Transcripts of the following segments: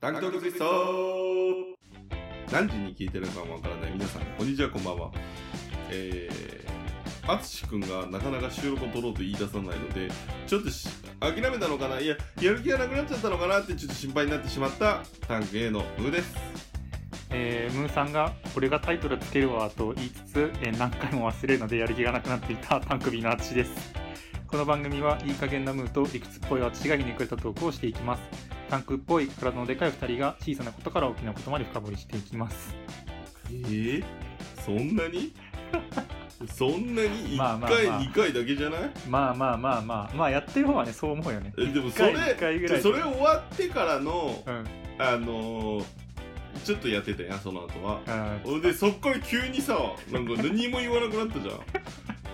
ランクトルクイスト何時に聞いてるのかもわからない皆さん、こんにちは、こんばんは。えー、あつしくんがなかなか収録を撮ろうと言い出さないので、ちょっとし諦めたのかないや、やる気がなくなっちゃったのかなってちょっと心配になってしまった、タンク A のムーです。えームーさんが「俺がタイトルつけるわ」と言いつつ、えー何回も忘れるのでやる気がなくなっていた タンクビーのあちですこの番組はいい加減なムーと理屈っぽい私がひねくれたトークをしていきますタンクっぽい体のでかい2人が小さなことから大きなことまで深掘りしていきますえー、そんなに そんなに ?1 回、まあまあまあ2回だけじゃないまあまあまあまあまあやってる方はねそう思うよねえでも一それ回一回ぐらいそれ終わってからの、うんあのー、ちょっとやってたやんその後はうん俺でそっから急にさなんか何も言わなくなったじゃん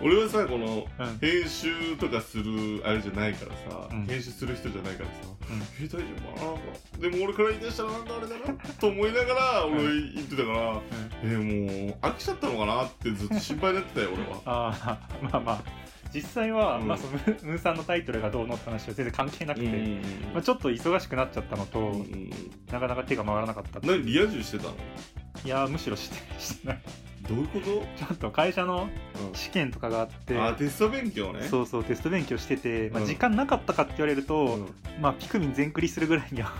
俺はさこのうん編集とかするあれじゃないからさ、うん編集する人じゃないからさ、うんえ大丈夫かなでも俺から言い出したらなんだあれだなと思いながら俺言ってたから、えーもう飽きちゃったのかなってずっと心配になってたよ俺はああ まあまあ実際は、うんまあ、そのムームーさんのタイトルがどうのって話は全然関係なくうて、んまあ、ちょっと忙しくなっちゃったのと、うんうんなかなか手が回らなかったっていう何リア充してたのいやーむしろしてしてない どういうこと、ちょっと会社のう試験とかがあってん、あテスト勉強ねそうそうテスト勉強してて、まうあ、ん時間なかったかって言われるうと、んまあピクミン全クリするぐらいには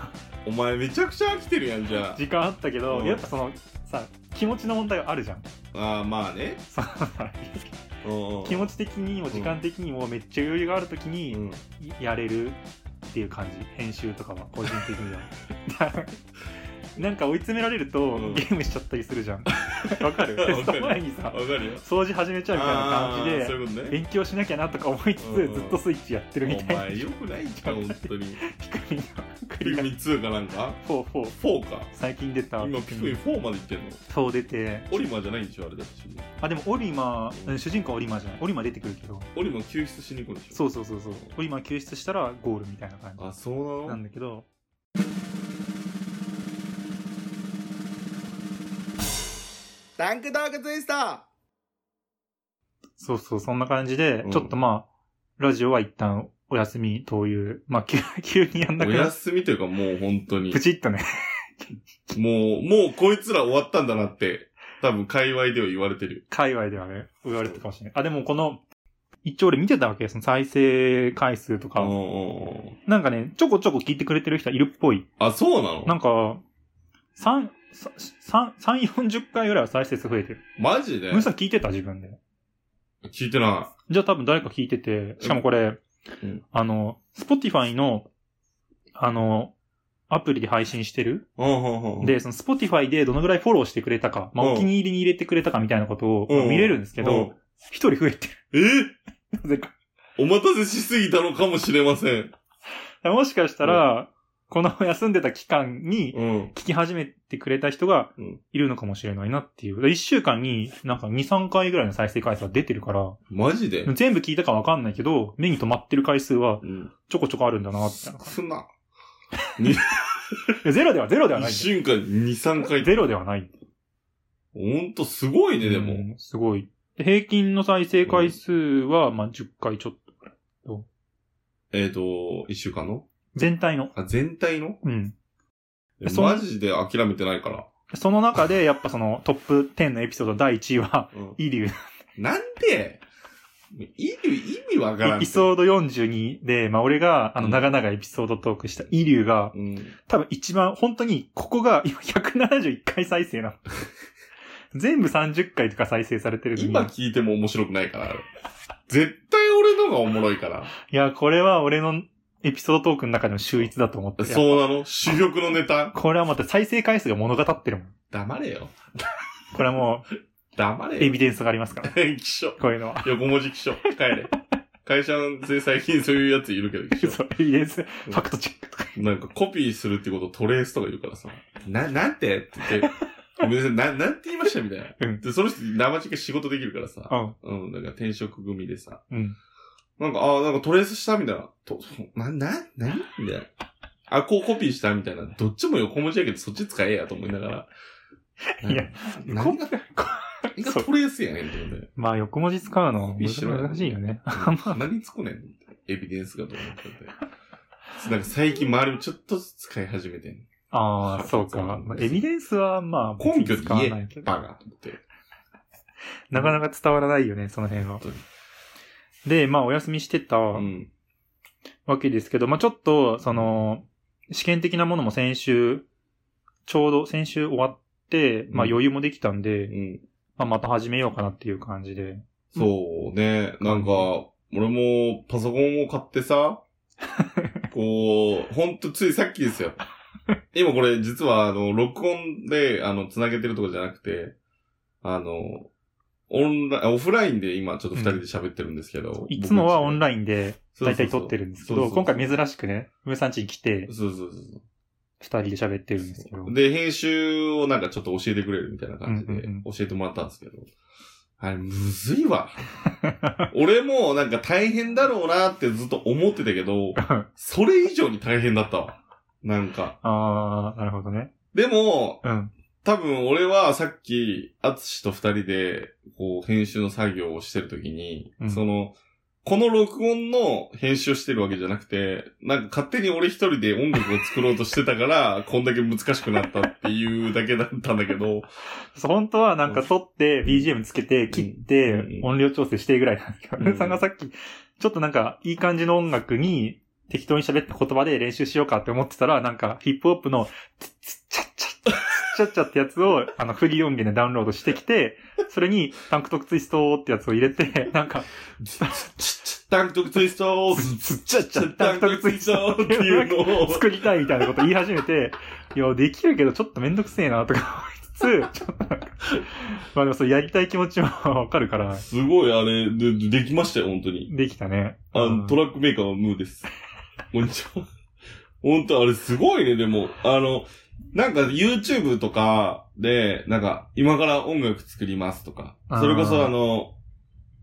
お前めちゃくちゃ飽きてるやんじゃ時間あったけど、うんやっぱそのさ気持ちの問題はあるじゃんああーまあねそううんうん気持ち的にも時間的にもめっちゃ余裕がある時うにんやれるっていう感じ編集とかは個人 的にはなんか追い詰められると、うんゲームしちゃったりするじゃんわかる わかるテスト前にさわかるよ掃除始めちゃうみたいな感じであーそういうことね勉強しなきゃなとか思いつつ、うんうんずっとスイッチやってるみおたいな前よくないじゃん本 当にピクミンのピ繰クり返ミしン2かなんかフォーフォー4か最近出た今ピクミン4までいってんのそう出てオリマーじゃないんでしょあれだしあでもオリマーうんうん主人公はオリマーじゃないオリマー出てくるけどオリマー救出しに行くんでしょそうそうそうそうオリマー救出したらゴールみたいな感あそうなじなのんだけどタンクダークツイスタそうそうそんな感じで、うんちょっとまあラジオは一旦お休みというまあ急急にやんなーおくな休みというかもう本当にプチッとねもうもうこいつら終わったんだなって多分界隈では言われてるよ界隈ではね言われてたかもしれないあでもこの一応俺見てたわけよその再生回数とかうんうんうんなんかね、ちょこちょこ聞いてくれてる人いるっぽい。あそうなのなんか、三、三、三、40回ぐらいは再生数増えてる。マジでムーさん聞いてた自分で。聞いてなじゃあ多分誰か聞いてて、しかもこれ、うんあの、Spotify の、あの、アプリで配信してる。い。うんうんうん、で、その Spotify でどのぐらいフォローしてくれたか、まあ、うんお気に入りに入れてくれたかみたいなことをうん見れるんですけうどん、一人増えてる。え なぜかお待たせしすぎたのかもしれません。もしかしたら、この休んでた期間に、うん。聞き始めてくれた人がうんいるのかもしれないなっていう。1週間になんか2、3回ぐらいの再生回数が出てるから、マジで全部聞いたかわかんないけど、目に留まってる回数はうん。ちょこちょこあるんだな、みたいな。少な。いやゼロでは、ゼロではな一い。瞬間に2、3回。ゼロではない。ほんとすごいね、でうも。んすごい。で平均の再生回数は、まあ、10回ちょっと。えっ、と、一週間の全体の。あ、全体のうん。えそんマジで諦めてないから。その中で、やっぱそのトップ10のエピソード第1位は、うん。イリュー。なんで意味、意味わからんエて。ピソード42で、まあ、俺が、あの、長々エピソードトークしたイリューが、うん。多分一番、本当に、ここが今171回再生なの。 全部30回とか再生されてる今のに。聞いても面白くないから。あれ絶対俺のがおもろいから。いや、これは俺のエピソードトークの中でも秀逸だと思って。そうなの主力のネタこれはまた再生回数が物語ってるもん。黙れよ。これはも黙う、れエよ。ビデンスがありますから。 気象。こういうのは。横文字気象。帰れ。会社で最近そういうやついるけど、気象そう、エビデンス、ファクトチェックとか。なんかコピーするってことをトレースとか言うからさ。な、なんてって言って。ごめんなさい、な、なんて言いましたみたいな。うんで、その人、生地が仕事できるからさ。うん。うん、なんか転職組でさ。うん。なんか、ああ、なんかトレースしたみたいな。と、な、な、なにみたいな。あ、こうコピーしたみたいな。どっちも横文字やけど、そっち使えやと思いながら。いやな、何が、こ何がトレースやねんって思って。まあ、横文字使うの、一緒だよ難しいよね。鼻につくねん。エビデンスがどうなったって。なんか最近周りもちょっとずつ使い始めてん。ああ、そうそうなかん。ですエビデンスは、まあ、別根に拠で使わ言ないえけ、どバカと思って。なかなか伝わらないよね、その辺は本当に。で、まあ、お休みしてたわうん。けですけど、まあ、ちょっと、その、試験的なものも先週、ちょうど先週終わって、まあ、うん余裕もできたんで、うん。まあ、また始めようかなっていう感じで。そうね。なんか、俺もパソコンを買ってさ、 こう、ほんとついさっきですよ。今これ実はあの、録音で、あの、繋げてるとかじゃなくて、あの、オンライン、オフラインで今ちょっと二人で喋ってるんですけど。いつもはオンイラインで、ンだいたい撮ってるんですけど、今回珍しくね、ムーさん家に来て、そうそうそうそう。二人で喋ってるんですけど。で、編集をなんかちょっと教えてくれるみたいな感じうんでうん、教えてもらったんですけど。あれ、むずいわ。 俺もなんか大変だろうなってずっと思ってたけど、それ以上に大変だったわ。なんか。ああ、なるほどね。でも、うん。多分俺はさっき、アツシと二人で、こう、編集の作業をしてるときに、うんその、この録音の編集をしてるわけじゃなくて、なんか勝手に俺一人で音楽を作ろうとしてたから、こんだけ難しくなったっていうだけだったんだけど、そう本当はなんか撮って、BGM つけて、切って、うん音量調整してぐらいなんですけど、うんムーさんがさっき、ちょっとなんか、いい感じの音楽に、適当に喋った言葉で練習しようかって思ってたら、なんか、ヒップホップの、つっちゃっちゃっちゃっちゃってやつを、あの、フリー音源でダウンロードしてきて、それに、タンクトクツイストってやつを入れて、なんか、ツッツッツッタンクトクツイストーツッツッツッタンクトクツイストーっていうのを、作りたいみたいなこと言い始めて、いや、できるけどちょっとめんどくせえなとか思いつつ、ちょっとなんか、まあでもそうやりたい気持ちもわかるから、すごいあれ、で、でできましたよ、本当に。できたね。あの、トラックメーカーはムーです。こんにちは。本当あれすごいね、でも。あの、なんか YouTube とかで、なんか、今から音楽作りますとか。あーそれこそあの、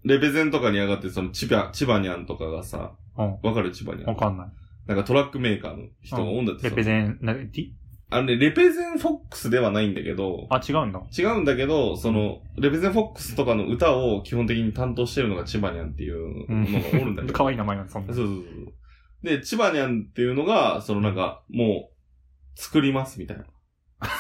レベゼンとかに上がって、その、千葉、千葉にゃんとかがさ、うんわかる千葉にゃわん。かんない。なんかトラックメーカーの人が音だってレさペ、ゼン、な、ディあのね、レペゼンフォックスではないんだけど、あ、違うんだ。違うんだけど、その、レベゼンフォックスとかの歌を基本的に担当してるのが千葉にゃんっていううのがおるんだん。 けど。可愛い名前なんです、そんそなう。そうそうそう。で、千葉にゃんっていうのが、そのなんか、もう、作りますみたいな。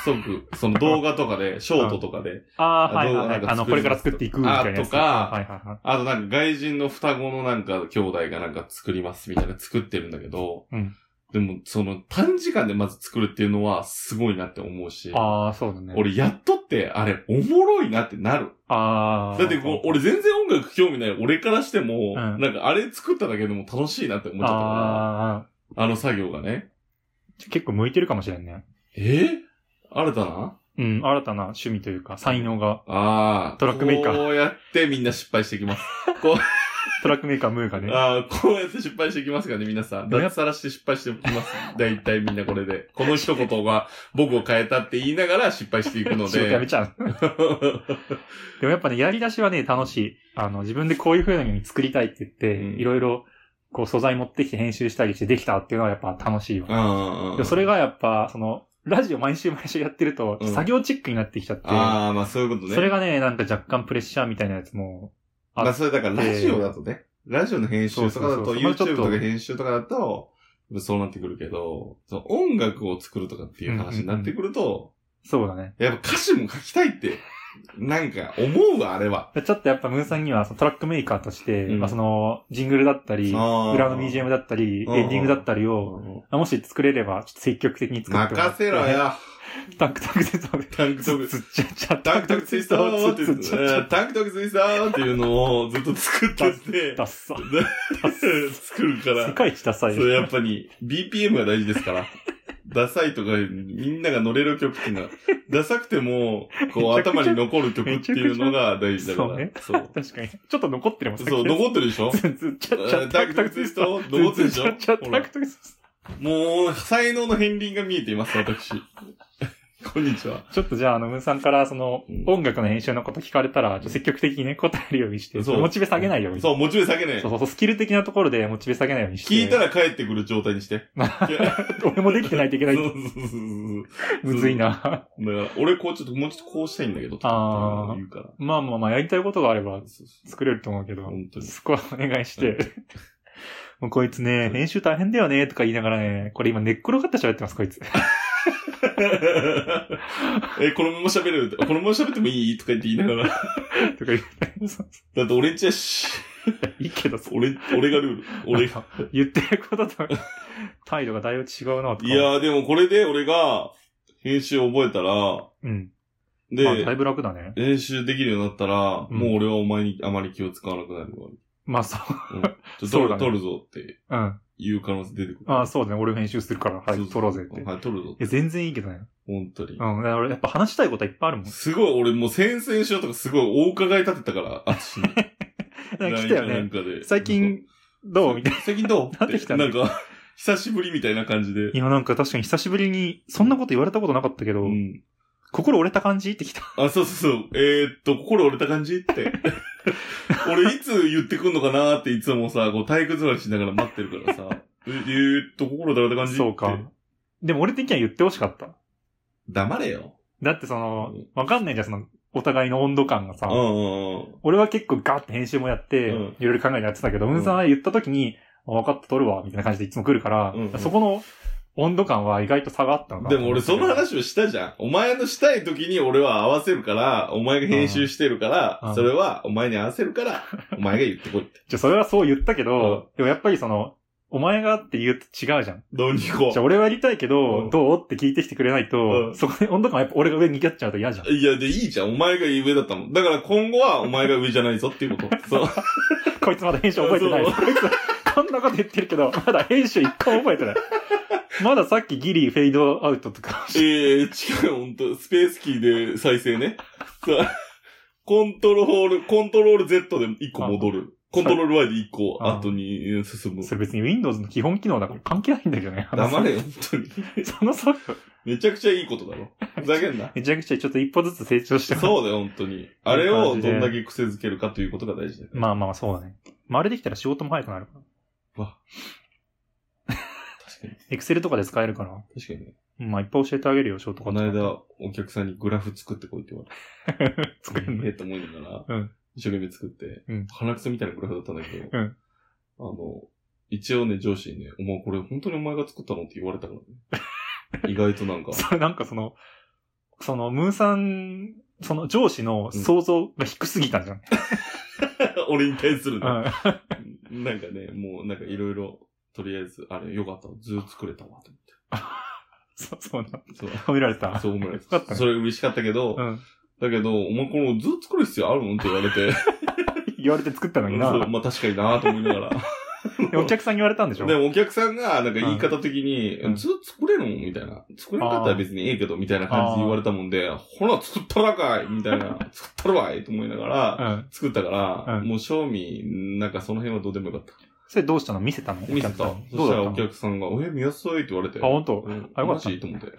即、その動画とか で、ショートとかで、ああー、はい動画はいはいな。んかあの、これから作っていくみたいなやつ。あとかはいはいはい。あとなんか外人の双子のなんか兄弟がなんか作りますみたいな作ってるんだけど、うんでもその短時間でまず作るっていうのはすごいなって思うし、ああ、そうだね。俺やっとってあれおもろいなってなる。ああ。だってこう、俺全然音楽興味ない俺からしても、うんなんかあれ作っただけでも楽しいなって思っちゃったかああら、あの作業がね。ー。結構向いてるかもしれんね。えー、新たなうん、新たな趣味というか、才能が、ああ。トラックメーカーこうやってみんな失敗してきます。こう、トラックメーカームーがね。ああ、こうやって失敗してきますからね、皆さん。でもや脱っサラして失敗してきます。大体みんなこれで。この一言が僕を変えたって言いながら失敗していくの仕事や めで。ちゃう。でもやっぱね、やり出しはね、楽しい。あの、自分でこういう風に作りたいって言って、うんいろいろ、こう素材持ってきて編集したりしてできたっていうのはやっぱ楽しいわ。あでそれがやっぱ、その、ラジオ毎週毎週やってるとう、ん作業チックになってきちゃって、ああ、まあそういうことね。それがね、なんか若干プレッシャーみたいなやつも、あまあそれだからラジオだとね。ラジオの編集とかだそと、うそうそうまあちょっと YouTube とか編集とかだと、そうなってくるけど、その音楽を作るとかっていう話になってくると、そうだね。やっぱ歌詞も書きたいって、なんか思うわ、あれは。でちょっとやっぱムーさんにはそのトラックメーカーとして、うんまあその、ジングルだったり、あー裏の BGM だったり、エンうんディングだったりを、まあもし作れれば、ちょっと積極的に作ってもらっ任てせろよ。 タンクタンクセットで。タンクトッつプ。っちゃっちゃタンクトップツイスターってつっちゃっちゃ言って、タンクトップツイスターっていうのをずっと作ってて、ダッサ。 作るか世ら、界一ダサい。そうやっぱり BPM が大事ですから。ダサいとか、みんなが乗れる曲っていうのは、ダサくても、こうめちゃくち頭ゃに残る曲っていうのが大事だから。めそう。確かに。ちょっと残ってるもん、そう、残ってるでしょつっちゃっちゃタンクトップツイスト残ってるでしょつっちゃっちほゃタらンクトップツイスもう、才能の片鱗が見えています、私。こんにちは。トちょっとじゃあ、あの、ムーさんから、そのうん、音楽の編集のこと聞かれたら、ちょっと積極的にね、答えるようにして、そうモチベ下げないように。そう、モチベ下げねそうそうそう、スキル的なところでモチベ下げないようにして。聞いたら帰ってくる状態にして。俺もできてないといけなそういそ。うそうそう。むずいな。だから、俺こうちょっと、もうちょっとこうしたいんだけど、とあかー言うから。ま あまあまあ、やりたいことがあれば、そうそう作れると思うけど、本当に。そこはお願いして。もうこいつね、編集大変だよね、とか言いながらね、これ今寝っ転がって喋ってます、こいつ。 え、このまま喋る、このまま喋ってもいいとか言って言いながら。とか言って、そうだって俺んちやし、いいけどさ、俺、俺がルール。俺が。言ってることと、態度がだいぶ違うな、とか。い、やーでもこれで俺が編集覚えたら、うん。で、まあ、だいぶ楽だね。練習できるようになったら、うんもう俺はお前にあまり気を使わなくなるわ。まあ、そう。うん、ちょそう取るだね取るぞってうん。言う可能性出てくる。ああ、そうだね。俺編集するから、はそうい、そう撮ろうぜって。いはい、取るぞ。や、全然いいけどね。本当に。うん。だからやっぱ話したいことはいっぱいあるもん。すごい、俺もう先々週とかすごいお伺い立てたから、あっちに。来たよ LINE なんね。かで。最近、どうみたいな。な。最近どう なってきたなねんか、久しぶりみたいな感じでい。や、なんか確かに久しぶりに、そんなこと言われたことなかったけど、うん。心折れた感じってきた。あ、そうそうそう。えー、っと、心折れた感じっ て。俺いつ言ってくんのかなーっていつもさ、こう体育座りしながら待ってるからさ。ええー、っと、心折れた感じって。そうか。。でも俺的には言ってほしかった。黙れよ。だってそのうん、わかんないじゃん、その、お互いの温度感がさ。うんうんうん。俺は結構ガーって編集もやって、うんいろいろ考えてやってたけど、うんうんさんは言った時に、あ分かった、撮るわ、みたいな感じでいつも来るから、うんうんそこの温度感は意外と差があったのかなでも俺その話をしたじゃん。お前のしたい時に俺は合わせるから、お前が編集してるかうら、んそれはお前に合わせるから、お前が言ってこいって。じゃあそれはそう言ったけど、でもやっぱりその、お前がって言うと違うじゃん。どうにこじゃあ俺はやりたいけど、うんどうって聞いてきてくれないと、うんそこで温度感はやっぱ俺が上に行き合っちゃうと嫌じゃん。う。いや、で、いいじゃん。お前が上だったもん。だから今後はお前が上じゃないぞっていうこと。そう。こいつまだ編集覚えてない。こそいつ、こんなこと言ってるけど、まだ編集一回も覚えてない。まださっきギリフェードアウトとかして、ええー、違う、ほんと。スペースキーで再生ね。そう。コントロール、コントロール Z で1個戻る。コントロール Y で1個あ後にうん進むそ。れ別に Windows の基本機能だから関係ないんだけどね。黙れよ、本当に。 そのソフト、めちゃくちゃいいことだろ。ふざけんな。 めちゃくちゃちょっと一歩ずつ成長してう。そうだよ、本当に。あれをどんだけ癖づけるかということが大事だよ。まあまあそうだね。まあ、あれできたら仕事も早くなるから。確かに。 Excel とかで使えるから。確かにね。うんまあいっぱい教えてあげるよ、ショートカこット。の間、お客さんにグラフ作ってこいって言われ作て。るのええと思いながら、うん一生懸命作って、うん鼻くそみたいなグラフだったんだけど、うんあの、一応ね、上司にね、お前これ本当にお前が作ったのって言われたから ね。意外となんか、それなんかその、その、ムーさん、その上司の想像が低すぎたんじゃん。俺に対するうね、ん。 なんかね、もうなんかいろいろ、とりあえず、あれ、よかったわ、図作れたわ、とそう、そうな。思って。褒められた。そう、そう思われてよかったねそれ嬉しかったけど、うん。だけど、お前この図作る必要あるのって言われて。言われて作ったのに な。そうまあ確かになと思いながら。でお客さんに言われたんでしょでもお客さんが、なんか言い方的にうん、図作れるのみたいな。作れなかったら別にええけど、みたいな感じで言われたもんで、ほら、作ったらかいみたい な。作ったるわいと思いながうら、ん。作ったから、うんもう賞味、なんかその辺はどうでもよかった。それどうしたの見せたのお見客せさた。んそどしうたらだったおの客さんが、え、見やすいって言われて。あ、本当。うん、あよかマったジと思って。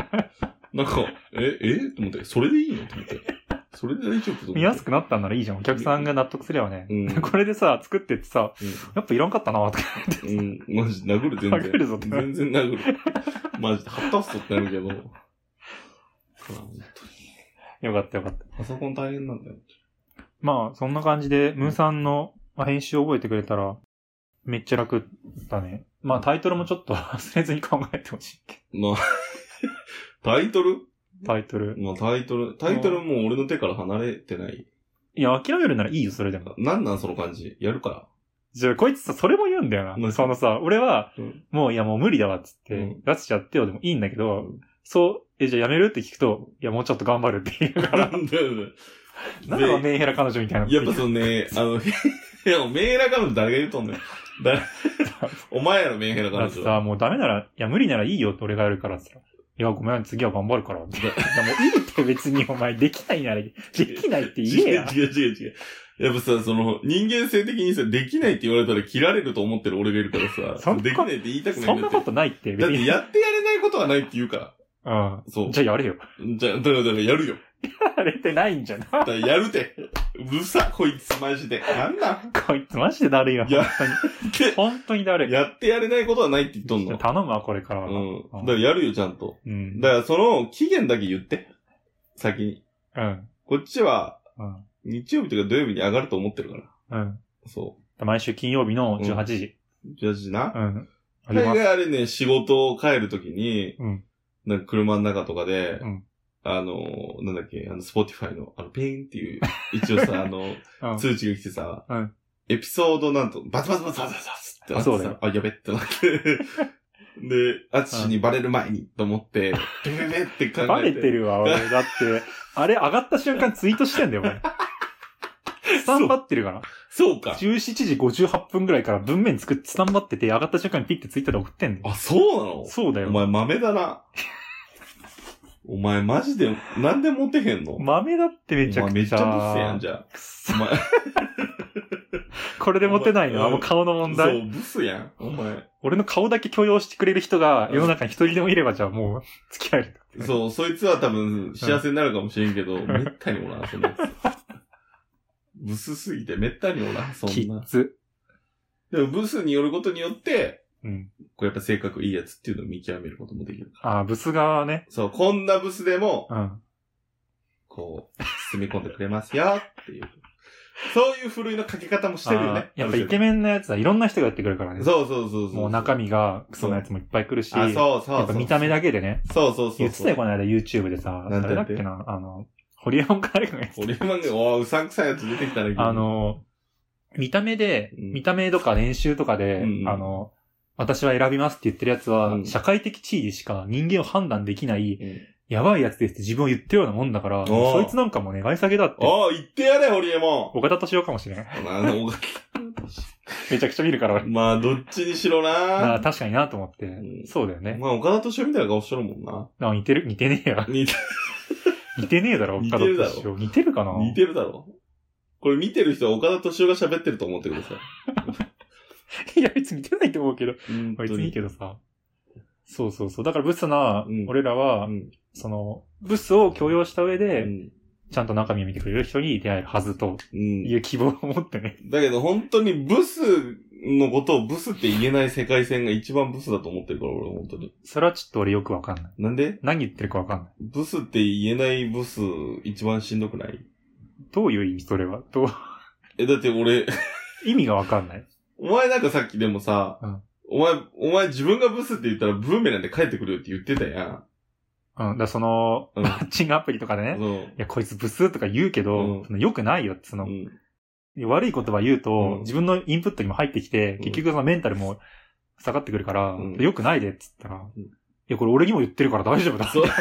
なんか、え、えと思って、それでいいのと思って。それで大丈夫と思って。見やすくなったんならいいじゃん。お客さんが納得すればね。うんこれでさ、作ってってさ、うんやっぱいらんかったな、とか。うん、マジ、殴る、全然。殴るぞってな全然殴る。マジで、はったっすってなるけど。そう本当によかったよかった。 パソコン大変なんだよ。まあ、そんな感じで、ムーさんのまあ編集を覚えてくれたら、めっちゃ楽だね。まあ、タイトルもちょっと 忘れずに考えてほしいけまあ、 タイトルど。タイトル。まあ、タイトル、タイトルもう俺の手から離れてない。いや、諦めるならいいよ、それでも。なんなんその感じ。やるかじゃあ、こいつさ、それも言うんだような。んそのさ、俺はうん、もう、いや、もう無理だわ、つっうてん、出しちゃってよ、でもいいんだけら。ど、そう、え、じゃあやめるって聞くと、いや、もうちょっと頑張るっ ていうから、なんだよね。なんだメンヘラ彼女みたいなことやっ言ぱう。そのね、あの、 いや、メンヘラ彼女誰が言うとんねん。 誰お前やろ、メンヘラ彼だって女。さ、もうダメなら、いや、無理ならいいよって俺がやるからさ。いや、ごめん、次は頑張るからって。いや、もういいって別にお前、できないなら、 できないって言違えうや。違う違う違う。やっぱさ、その、人間性的にさ、できないって言われたら切られると思ってる俺がいるからそさん、なできないって言いたくなそいんだんなって。ことないって、だ別ってに。やってやれないことはないって言うから。うん。そう。じゃあやれよ。 じゃあ、だからだからやるよ。やれてないんじゃな。だからやるて。うるさ、こいつマジで。なんだこいつマジでだるいわ。いや本当に。 本当にだるい。やってやれないことはないって言っとんの。頼むわ、これからは。うん。うん。だからやるよ、ちゃんと。うん。だからその、期限だけ言って。先に。うん。こっちはうん、日曜日とか土曜日に上がると思ってるから。うん。そ毎週金曜日の18時。やしなう。ん。あり大ます。概あれね、仕事を帰るときに、うんなんか車の中とかで、うんあの、なんだっけ、あの、スポティファイの、あの、ペンっていう、一応 さ、あの、うん通知が来てさ、うんエピソードなんと、バツバツバツバツバツってなってあそうださよ、あ、やべってな って。で、アツシにバレる前にと思って、ペペペって考えて。バレてるわ、俺。だって、あれ上がった瞬間ツイートしてんだよ、 俺。スタンバってるから。そうか。 17時58分ぐらいから文面作って、スタンバってて、上がった瞬間にピッてツイッターで送ってんだあ、よ。そうなのそうだよ。お前豆だ な。お前マジで、なんでモテへんの豆だってめちゃおく前ちゃ。めっちゃブスやん、じゃあ。くっそお前これでモテないのおは前もう顔の問題。そう、ブスやん。お前。俺の顔だけ許容してくれる人が世の中に一人でもいればじゃあもう付き合える。そう、 そいつは多分幸せになるかもしれんけど、めったにおらん、そんなやつ。ブスすぎてめったにおらん、そキんッな。ズ。でもブスによることによって、うん。こうやっぱ性格いいやつっていうのを見極めることもできるから。ああ、ブス側はね。そう、こんなブスでも、うん。こう、包み込んでくれますよ、っていう。そういうふるいのかけ方もしてるよねあ。ーやっぱイケメメンのやつはいろんな人がやってくるからね。そうそうそうそう。もう中身がクソなやつもいっぱい来るし、あ、やっそうそうぱそう。見た目だけでね。そうそうそうそう。言ってたよ、この間 YouTube でさ、なんて誰だっけな、あの、ホリエモンか誰かがやってた俺漫画、おーうさんくさいやつ出てきたね。あ、の、見た目で、うん見た目とか練習とかで、うんうんあの、私は選びますって言ってるやつは、うん社会的地位でしか人間を判断できない、うんやばいやつですって自分を言ってるようなもんだから、ーそいつなんかも願い下げだって、おー言ってやれ、ホリエモン。岡田敏夫かもしれ ん。まあおめちゃくちゃ見るから俺。まあ、どっちにしろあな。ー確かになと思って。うんそうだよね。まあ、岡田敏夫みたいな顔してるもんな。あ似てる似てねえや。似て似てねえだろ、似岡て田るだろ敏夫。似てるかな似てるだろ。これ見てる人は岡田敏夫が喋ってると思ってください。 いや、別に似てないと思うけど。本当別にいいにけどさ。そうそうそう。だからブスなうん、俺らは、うんその、ブスを強要した上うで、んちゃんと中身を見てくれる人に出会えるはずとうんいう希望を持ってね。だけど本当にブスのことをブスって言えない世界線が一番ブスだと思ってるから、俺本当に。それはちょっと俺よくわかんない。なんで何言ってるかわかんない。ブスって言えないブス一番しんどくないどういう意味それは。どう、え、だって俺、意味がわかんない。お前なんかさっきでもさ、うんお前、お前自分がブスって言ったらブーメランで帰ってくるよって言ってたやん。うん。だからその、 うんマッチングアプリとかでね。そういや、こいつブスとか言うけうどん、その良くないよって、そうの、ん。悪い言葉言ううんと、自分のインプットにも入ってきて、結局そのメンタルも下がってくるからうん、良くないでって言ったら、うんいや、これ俺にも言ってるから大丈夫だ。そう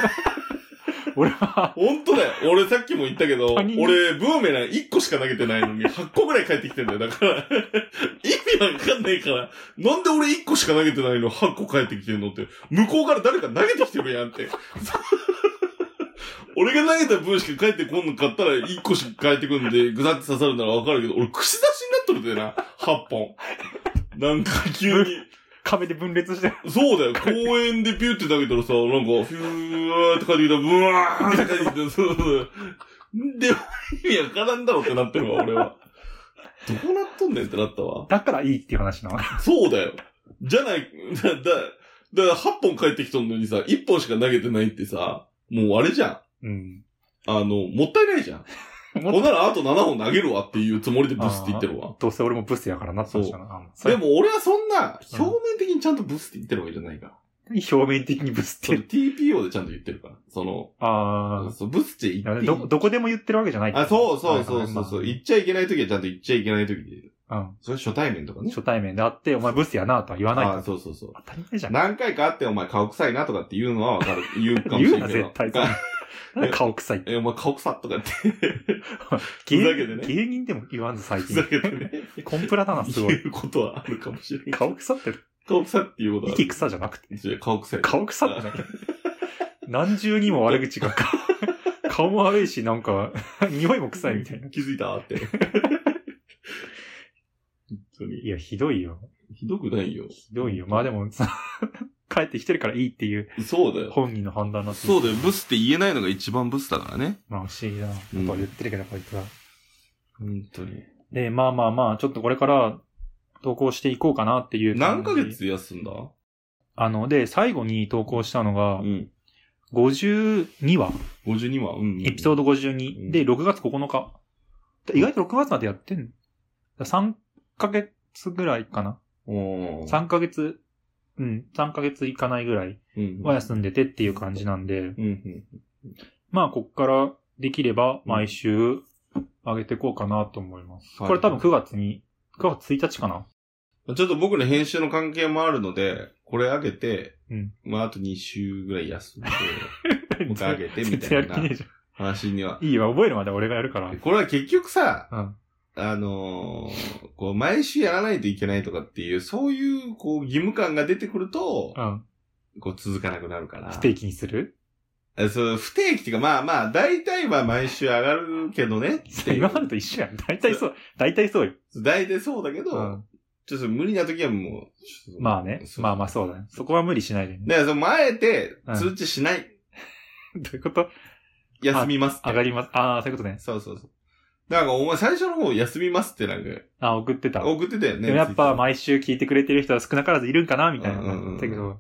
俺は、本当だよ。俺さっきも言ったけど、他人に俺、ブーメラン1個しか投げてないのに、8個ぐらい返ってきてんだよ。だから、 意味わかんないから、なんで俺1個しか投げてないのに8個返ってきてんのって、向こうから誰か投げてきてるやんって。 俺が投げた分しか返ってこんのかったら、1個しか返ってくんで、ぐざって刺さるならわかるけど、俺、串刺しになっとるでな、8本。なんか急に。壁で分裂して、そうだよ。公園でピューって投げたらさ、なんか、フューって書いてきたら、ブワーって書いてきたら、そうそう。で、意味わからんだろってなってるわ、俺は。どうなっとんねんってなったわ。だからいいっていう話なの。そうだよ。じゃない、だ、だ、だから8本返ってきとんのにさ、1本しか投げてないってさ、もうあれじゃん。うん。あの、もったいないじゃん。もっほんならあと7本投げるわっていうつもりでブスって言ってるわ。どうせ俺もブスやからなって話だな。そでれも俺はそんな、表面的にちゃんとブスって言ってるわけじゃないから。表面的にブスっそてれ。TPO でちゃんと言ってるから。その、あそう、ブスってあ。言っていいど、どこでも言ってるわけじゃないあ、そうそうそうそうそう。う言っちゃいけないときはちゃんと言っちゃいけないときで。ん。それ初対面とかね。初対面で会って、お前ブスやなとは言わないあと。そうそうそう。当たり前じゃん。何回か会ってお前顔臭いなとかって言うのはわかる。言うかもし言うれな、ないけど。絶対。なんで顔臭いって。え、お前顔臭っとかって。ふざけて芸ね芸人でも言わんぞ、最ふ近ざ。けてね。コンプラだな、すご言い。うことはあるかもしれない。 顔臭ってる。顔臭いっていうことはあ息る。臭じゃなくて。じゃあ顔臭い。顔臭ってない。 何重にも悪口が。 顔も悪いし、なんか、 匂いも臭いみたいな。気づいたって。本当に。いや、ひどいよ。ひどくないよ。ひどいよ。まあでも、さ 帰ってきてるからいいっていうそうだよ。本人の判断なんですそうだよ。ブスって言えないのが一番ブスだからね。まあ不思議だな。やっうんぱ言ってるけど、こいつは。本当に。で、まあまあまあ、ちょっとこれから投稿していこうかなっていう何感じ。ヶ月休んだうあの、で、最後に投稿したのが、ん。 52話、 52話。うん、エピソード52、うんで、6月9日。意外と6月までやってんの ?3 ヶ月ぐらいかな。ーおー3ヶ月、うん、3ヶ月いかないぐらいうんは休んでてっていう感じなんで、うんうん。まあ、こっからできれば毎週上げていこうかなと思います。はいこれ多分9月に、9月1日かなちょっと僕の編集の関係もあるので、これ上げて、うんまああと2週ぐらい休んで、もう一回上げてみ絶対たやいる気ねえなじ話には ゃん。いいわ、覚えるまで俺がやるから。これは結局さ、うんあのーこう、毎週やらないといけないとかっていう、そういう、こう、義務感が出てくると、うん。こう、続かなくなるから。不定期にするえそう、不定期っていうか、まあまあ、大体は毎週上がるけどねっていう今。までと一緒やん。大体そう、大体そうよ。大体そうだけど、うんちょっと無理な時はもう、ちょっとまあね。そうまあまあそうだね。そこは無理しないでね。だから、その、あえてう、ん通知しない、どういうこと休みますって上がります。ああ、そういうことね。そうそうそう。だから、お前最初の方、休みますってなんか、あ送ってた。送ってたよね。でもやっぱ Twitter 毎週聞いてくれてる人は少なからずいるんかなみたいな。うんうんうんだけど。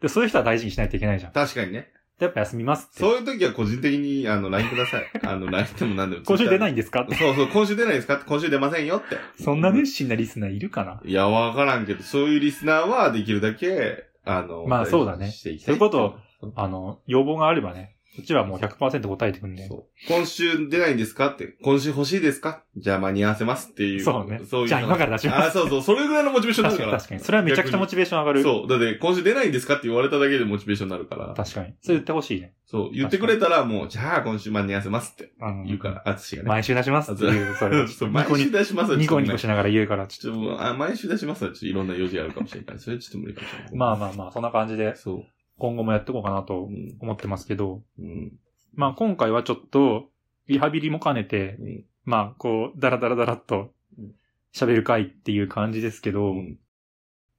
で、そういう人は大事にしないといけないじゃん。確かにね。やっぱ休みますって。そういう時は個人的に、あの、LINE くだ さい。あの、LINE でも何でも。今週出ないいんですかって。そうそう、今週出ないですかって今週出ませんよって。そんな熱心なリスナーいるかないや、わからんけど、そういうリスナーはできるだけ、あの、まあそうだねしていきたそういうことそうあの、要望があればね、こっちはもう100%答えてくんで。そう今週出ないんですかって、今週欲しいですかじゃあ間に合わせますっていう。そうねそういう。じゃあ今から出しますあ、そうそう。それぐらいのモチベーションに確なかるから。に確かに。それはめちゃくちゃモチベーション上がる。そう。だって、今週出ないんですかって言われただけでモチベーションになるから。確かに。それ言ってほしいね。そう。言ってくれたらもう、じゃあ今週間に合わせますってあの言うから、あつしがね。毎週出しますっていう、それ。 そうニ毎コ週ニコ、出しますよニコニちょっとねコしながら言うから、ちちょょっっともう、あ、毎週出しますわ。ちょっといろんな用事があるかもしれない。それちょっと無理かもしれない。と。まあまあまあ、そんな感じで、そ今後もやっていこうかなう。うとん。思ってますけど、うん。まあ今回はちょっと、リハビリも兼ねて、うんまあこう、ダラダラダラっとうん、喋る回っていう感じですけど、うん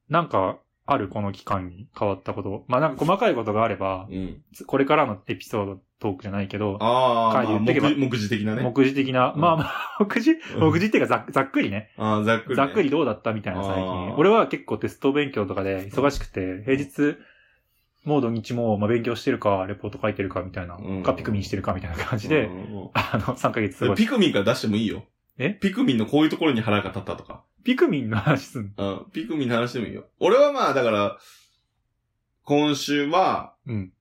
なんか、あるこの期間に変わったこと。まあなんか細かいことがあれば、うん。これからのエピソードトークじゃないけど、ああ、会議まあ言ってけば目次目次的なね。目次的な、うんまあまあ、 目次、うん目次っていうかざっざっくりね。ああ、ざっくりね。ざっくりどうだったみたいな最あ近ー。俺は結構テスト勉強とかで忙しくて、平日、もう土日も、まあ、勉強してるか、レポート書いてるかみたいな、うんかピクミンしてるかみたいな感じうで、んうんうんあの、3ヶ月過それごしピクミンから出してもいいよ。えピクミンのこういうところに腹が立ったとか。ピクミンの話すんのうん。ピクミンの話してもいいよ。俺はまあ、だから、今週は、うん。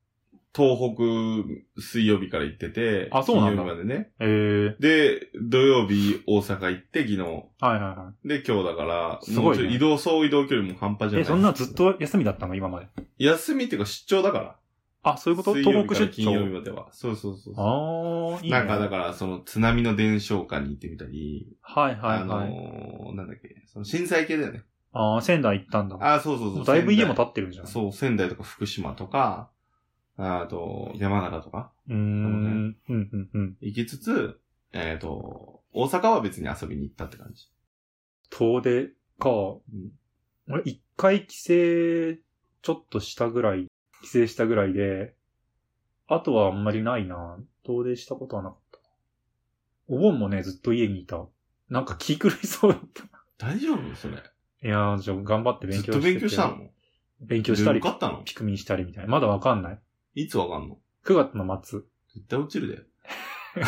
東北、水曜日から行ってて、あそうなんだ金曜日までね。ええで、土曜日、大阪行って、昨日。はいはいはで、今日だから、すごいねもうちょっと移動、総移動距離も半端じゃない。い。え、そんなずっと休みだったの今まで。休みっていうか出張だから。あ、そういうこと水曜東日か北ら出金曜日張。までは。そうそうそうそう。ああ、いいね。なんか、だから、その、津波の伝承館に行ってみたり、はいはいあはい。のー、なんだっけ、その震災系だよね。ああ、仙台行ったんだ。あ、そうそうそう。だいぶ家仙も建台ってるんじゃん。そう、仙台とか福島とか、あと、山形とかうーん。うんうんうん。行きつつ、えっ、と、大阪は別に遊びに行ったって感じ。遠出か。ん俺、一回帰省、ちょっとしたぐらい、帰省したぐらいで、あとはあんまりないな。遠出したことはなかった。お盆もね、ずっと家にいた。なんか気狂いそうだった。大丈夫それ。いやー、じゃあ頑張って勉ずっ強と勉強したての勉強したりで、受かったのピクミンしたりみたいな。まだわかんない。いつわかんの9月の末。絶対落ちるで。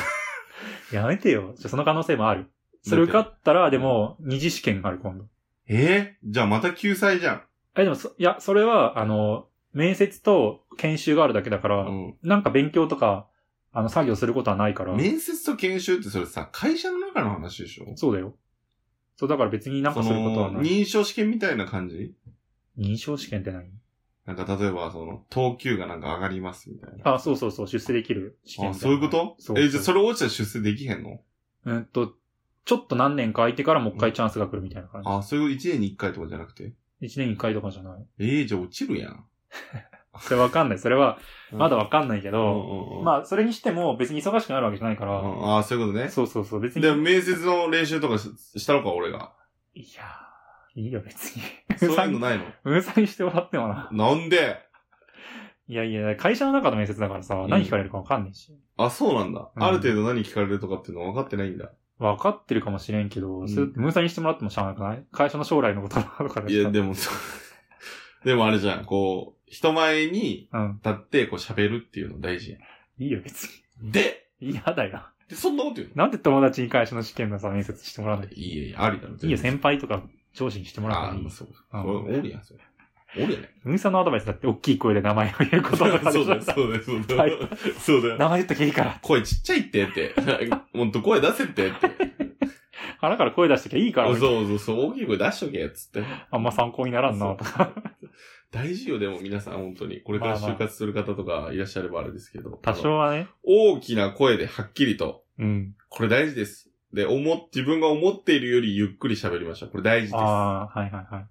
やめてよ。じゃあその可能性もある。それ受かったら、でも、二次試験がある、今度。えー、じゃあまた救済じゃん。え、でもそ、いや、それは、あの、面接と研修があるだけだから、うん。なんか勉強とか、あの、作業することはないから。面接と研修ってそれさ、会社の中の話でしょそうだよ。そう、だから別になんそかすることはの、ない。認証試験みたいな感じ認証試験って何なんか例えば、その、等級がなんか上がりますみたいな。あ、そうそうそう、出世できる試験あ、そういうことそうえ、じゃあそれ落ちたら出世できへんのうんと、ちょっと何年か空いてからもう一回チャンスが来るみたいな感あ、そういう1年に1回とかじゃなくてじ。一年に一回とかじゃない。えー、じゃあ落ちるやん。それわかんない。それは、うんまだわかんないけうんど、うんうん。まあ、それにしても別に忙しくなるわけじゃないから、うんあ、そういうことね。そうそうそう、別に。で、面接の練習とかししたのか、俺 が。いやー、いいよ、別に。そう いうのないの分散してもらってもな。なんでいやいや、会社の中の面接だからさ、ん何聞かれるか分かんないし。あ、そうなんだ。うんある程度何聞かれるとかっていうのは分かってないんだ。分かってるかもしれんけど、んそれって分散にしてもらってもしゃあなくない会社の将来のこととかだいや、でも、 そうでもあれじゃん、こう、人前にうん。立って、こう喋るっていうの大事やいいよ、別ん。でに。嫌だよ。で、そんなこと言うのなんで友達に会社の試験のさ、面接してもらわないいいえ、ありだろ。いいよ、全然先輩とか上司にしてもらうあのーにまあ、そう。うんこれおるやん、それ。おる やん。うんさんのアドバイスだって大きい声で名前を言うことと かでしそょうだよ、そうだよ、そうだはいよ。そう だよ。名前言っときゃいいから。声ちっちゃいってって。 もっと声出せってって。腹から声出しときゃいいからそう。そうそう、大きい声出しとけ、つって。あんま参考にならんなとか。大事よ、でも皆さん、本当に。これから就活する方とかいらっしゃればあれですけど。多あの少はね。大きな声ではっきりと、うん。これ大事です。で、思っ、自分が思っているよりゆっくり喋りましょう。これ大事です。もああ、はいはいはい。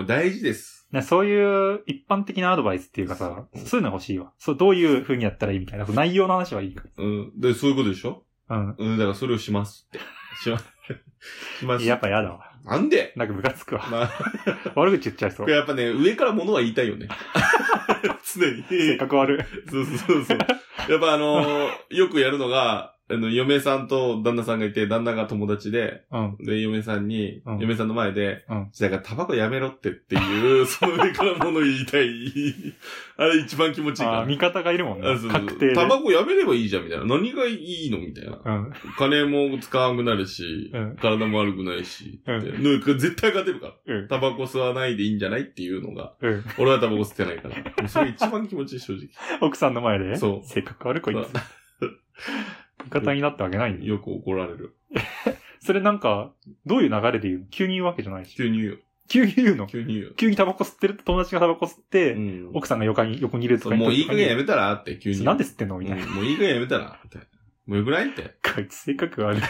う大事です。ねそういう一般的なアドバイスっていうかさ、そういうの欲しいわ。そう、どういう風にやったらいいみたいな。そう内容の話はいいかうん。で、そういうことでしょら。うん。うん、だからそれをしますって。します。し ます。やっぱやだわ。なんでなんかムカつく わ。まあ、悪口言っちゃいそこうれ。やっぱね、上から物は言いたいよね。 常 に。せっかく悪い。そうそうそう。やっぱあのーよくやるのが、あの、嫁さんと旦那さんがいて、旦那が友達で、うん。で、嫁さんに、うん嫁さんの前で、うんだからタバコやめろってっていう、 その上から物言い たい。あれ一番気持ちいいあかーら。味方がいるもんねあそう。そう確定で。タバコやめればいいじゃん、みたいな。何がいいのみたいな。うん。金も使わなくなるし、うん体も悪くないし、うんってなんか絶対勝てるから。うん。タバコ吸わないでいいんじゃないっていうのが、 うん。俺はタバコ吸ってないから。もうそれ一番気持ちいい、正直。奥さんの前でそう性格悪いこいそうつ。味方になったわけないんだよ。 よく怒られる。それなんか、どういう流れで言うの急に言うわけじゃないし。急に言うよ。急に言うの急に言うよ。急にタバコ吸ってると友達がタバコ吸って、うん奥さんが横に、横にいるとそうかもういい加減やめめたらって急に言う。なんで吸ってんのみたいな。うんもういい加減やめたらって。もうよくないって。こいつ性格悪い。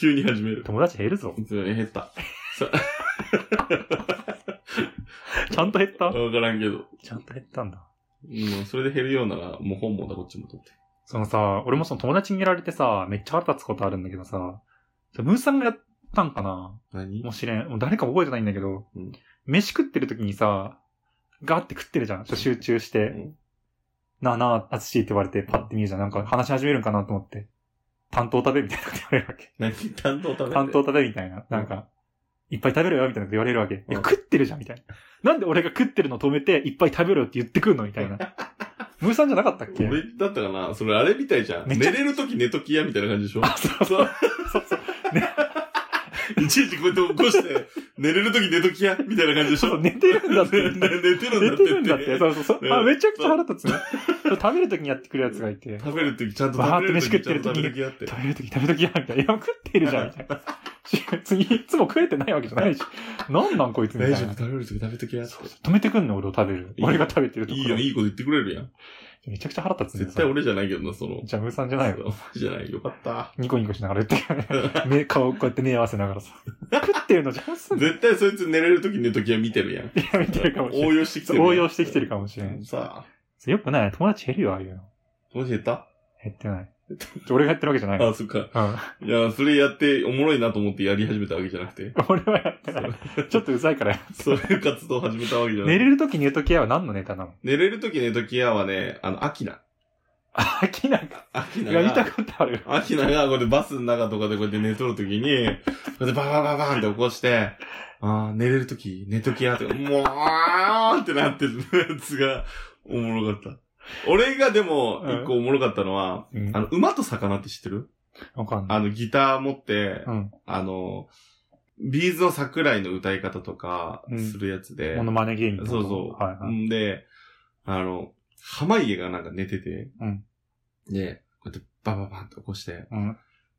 急に始める。友達減るぞ。うん減った。ちゃんと減ったわからんけど。ちゃんと減ったんだ。もうそれで減るようなら、もう本望だ、こっちも取って。そのさ、俺もその友達にやられてさ、めっちゃ腹立つことあるんだけどさ、それムーさんがやったんかな何もしれん。もう誰か覚えてないんだけど、うん飯食ってる時にさ、ガーって食ってるじゃん。ちょっと集中して。うんなあなあ、あつしって言われて、パッて見るじゃん。なんか話し始めるんかなと思って。担当食べみたいなこと言われるわけ。何担当食べて担当食べみたいな。なんか、いっぱい食べろよみたいなこと言われるわけ。いや、食ってるじゃんみたいな。なんで俺が食ってるの止めて、いっぱい食べろよって言ってくんのみた いな。ムーさんじゃなかったっけ俺だったかなそれあれみたいじゃん。め寝っちゃれるとき寝ときやみたいな感じでしょあ、そうそう。そうそう。いちいちこうやって起こして、寝れるとき寝ときやみたいな感じでしそうそょう寝てるんだっ 寝て。寝てるんだ寝ってるんだってて。って。そうそうそう。ねあ、めちゃくちゃ腹立つね。食べるときにやってくるやつがいて。食べるときちゃんとわ食ーべっれてると飯食っきちてゃんると時食にべときやって。食べるとき食べるときや、みたいな。いや、食ってるじゃん、みたいな。別に、いつも食えてないわけじゃないし。なんなんこいつ、みたい大丈な。そう夫、食べるとき食べときやって。そう止めてくんの、俺を食べる。いいよ俺が食べてるとこいろ。いよ、いいこと言ってくれるやん。めちゃくちゃ腹立つね絶対。俺じゃないけどな、その。ジャムさんじゃないよ。そうじゃない、よかった。ニコニコしながら言ってる からね目、顔こうやって目合わせながらさ。食ってるの、ジャムさんじゃ絶対そいつ寝れるとき寝ときは見てるやん。ない見てるかも しれ応用してきてるない。やん。応用してきてるかもしれない。さあ、それよくない。友達減るよ、ああいうの。もし減った減ってない。 俺がやってるわけじゃない。うん。あ、そっか。いや、それやっておもろいなと思ってやり始めたわけじゃなくて。俺はやってない。ちょっとうざいから。そういう活動を始めたわけじゃなく寝て。れるとき寝ときやは何のネタなの寝れるとき寝ときやはね、あの、アキナ。飽きなんか。アキいナや、見たが、ことある。アキナがこうやってバスの中とかでこうやって寝とるときに、こうやってババババーンって起こして、あー寝れるとき寝ときやとか、もうーんってなってるやつがおもろかった。俺がでも、一個おもろかったのは、うんあの、馬と魚って知ってるわかんない。あの、ギター持って、うん。あの、ビーズの桜井の歌い方とかうんするやつで、モノマネ芸人のそうそう。はいはい。んで、あの、濱家がなんか寝てて、うんで、こうやってバババンと起こして、うん。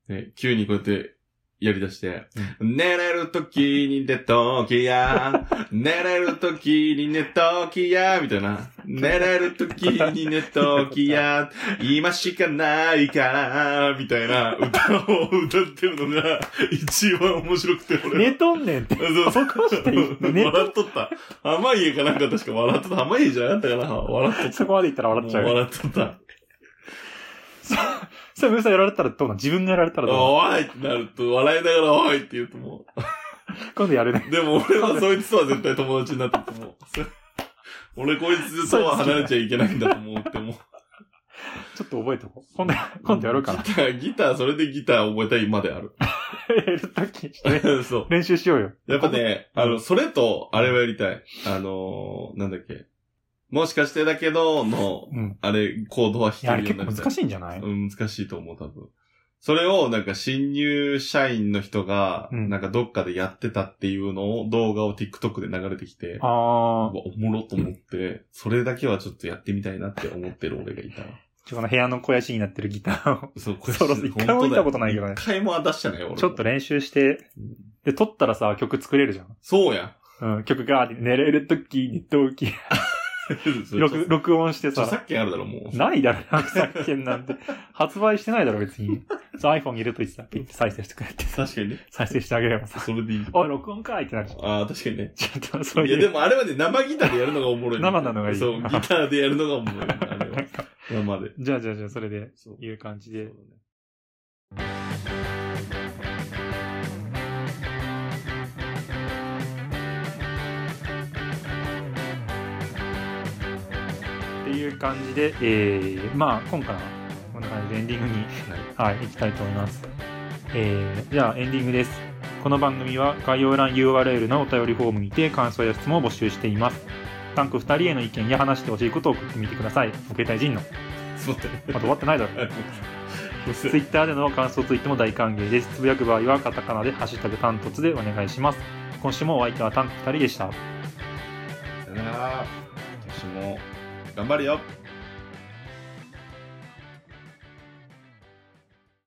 で急にこうやって、やり出して、寝れるときに寝とき や、寝れるときに寝ときや、みたいな。寝れるときに寝ときや、今しかないから、みたいな歌を歌ってるのが一番面白くて、俺は。寝とんねんって。そうそこし ていい寝笑っとった。濱家かなんか確か笑っとった。濱家じゃなかったかな笑っとっそこまでいったらた。笑っちゃもう。笑っとった。そうそれ、ムーさんやられたらどうなん自分がやられたらどおいってなると、笑いながらおいって言うともう今度やるね。う。でも俺はそいつとは絶対友達になったと思う。 それ俺こいつとは離れちゃいけないんだと思うってもう。ちょっと覚えとこう。今度、 今度やろ うかな。ギター、ギター、それでギター覚えたいまである。やるときにして。 そう。練習しようよ。やっぱね、うんあの、それと、あれはやりたい。あのー、なんだっけ。もしかしてだけど、の、うん。あれ、コードは弾いや、あけれるように結な構りたい難しいんじゃないうん難しいと思う、多分。それをなんか新入社員の人が、うんなんかどっかでやってたっていうのを、動画を TikTok で流れてきて、うわああお。もろと思って、それだけはちょっとやってみたいなって思ってる俺がいた。ちょ、この部屋の肥やしになってるギターを。そう、こ そろ一回も見たことないけどね一回も出してないよ俺。ちょっと。練習して、で、撮ったらさ、曲作れるじゃん。そう や。うん、曲が、寝れるときに同期、録録録音してさささ、っきあるだろ、もう。ないだろ、作権なん て。発売してないだろ、別に。そう iPhone いると言ってさ、ピッて再生してくれってさ、確かにね。再生してあげればさ、それでいい。おい、録音かいってなるじゃん。ああ、確かにね。ちょっと、そういいや、でう。もあれはね、生ギターでやるのがおもろい。生なのがいいそう、ギターでやるのがおもろい。あれは。生 で。じゃあじゃあじゃあ、それで、そういう感じそでう。だねっていう感じで、えー、まあ、今回は、こんな感じでエンディングにはい、行きたいと思います。えー、じゃあエンディングです。この番組は概要欄 URL のお便りフォームにて感想や質問を募集しています。タンク2人への意見や話してほしいことを送ってみてください。ご携帯人の。まそうだね。だ終わってないだろ。ツイッターでの感想ツイートも大歓迎です。つぶやく場合はカタカナでハッシュタグタントツでお願いします。今週もお相手はタンク2人でした。さよなら。私も、頑張るよ。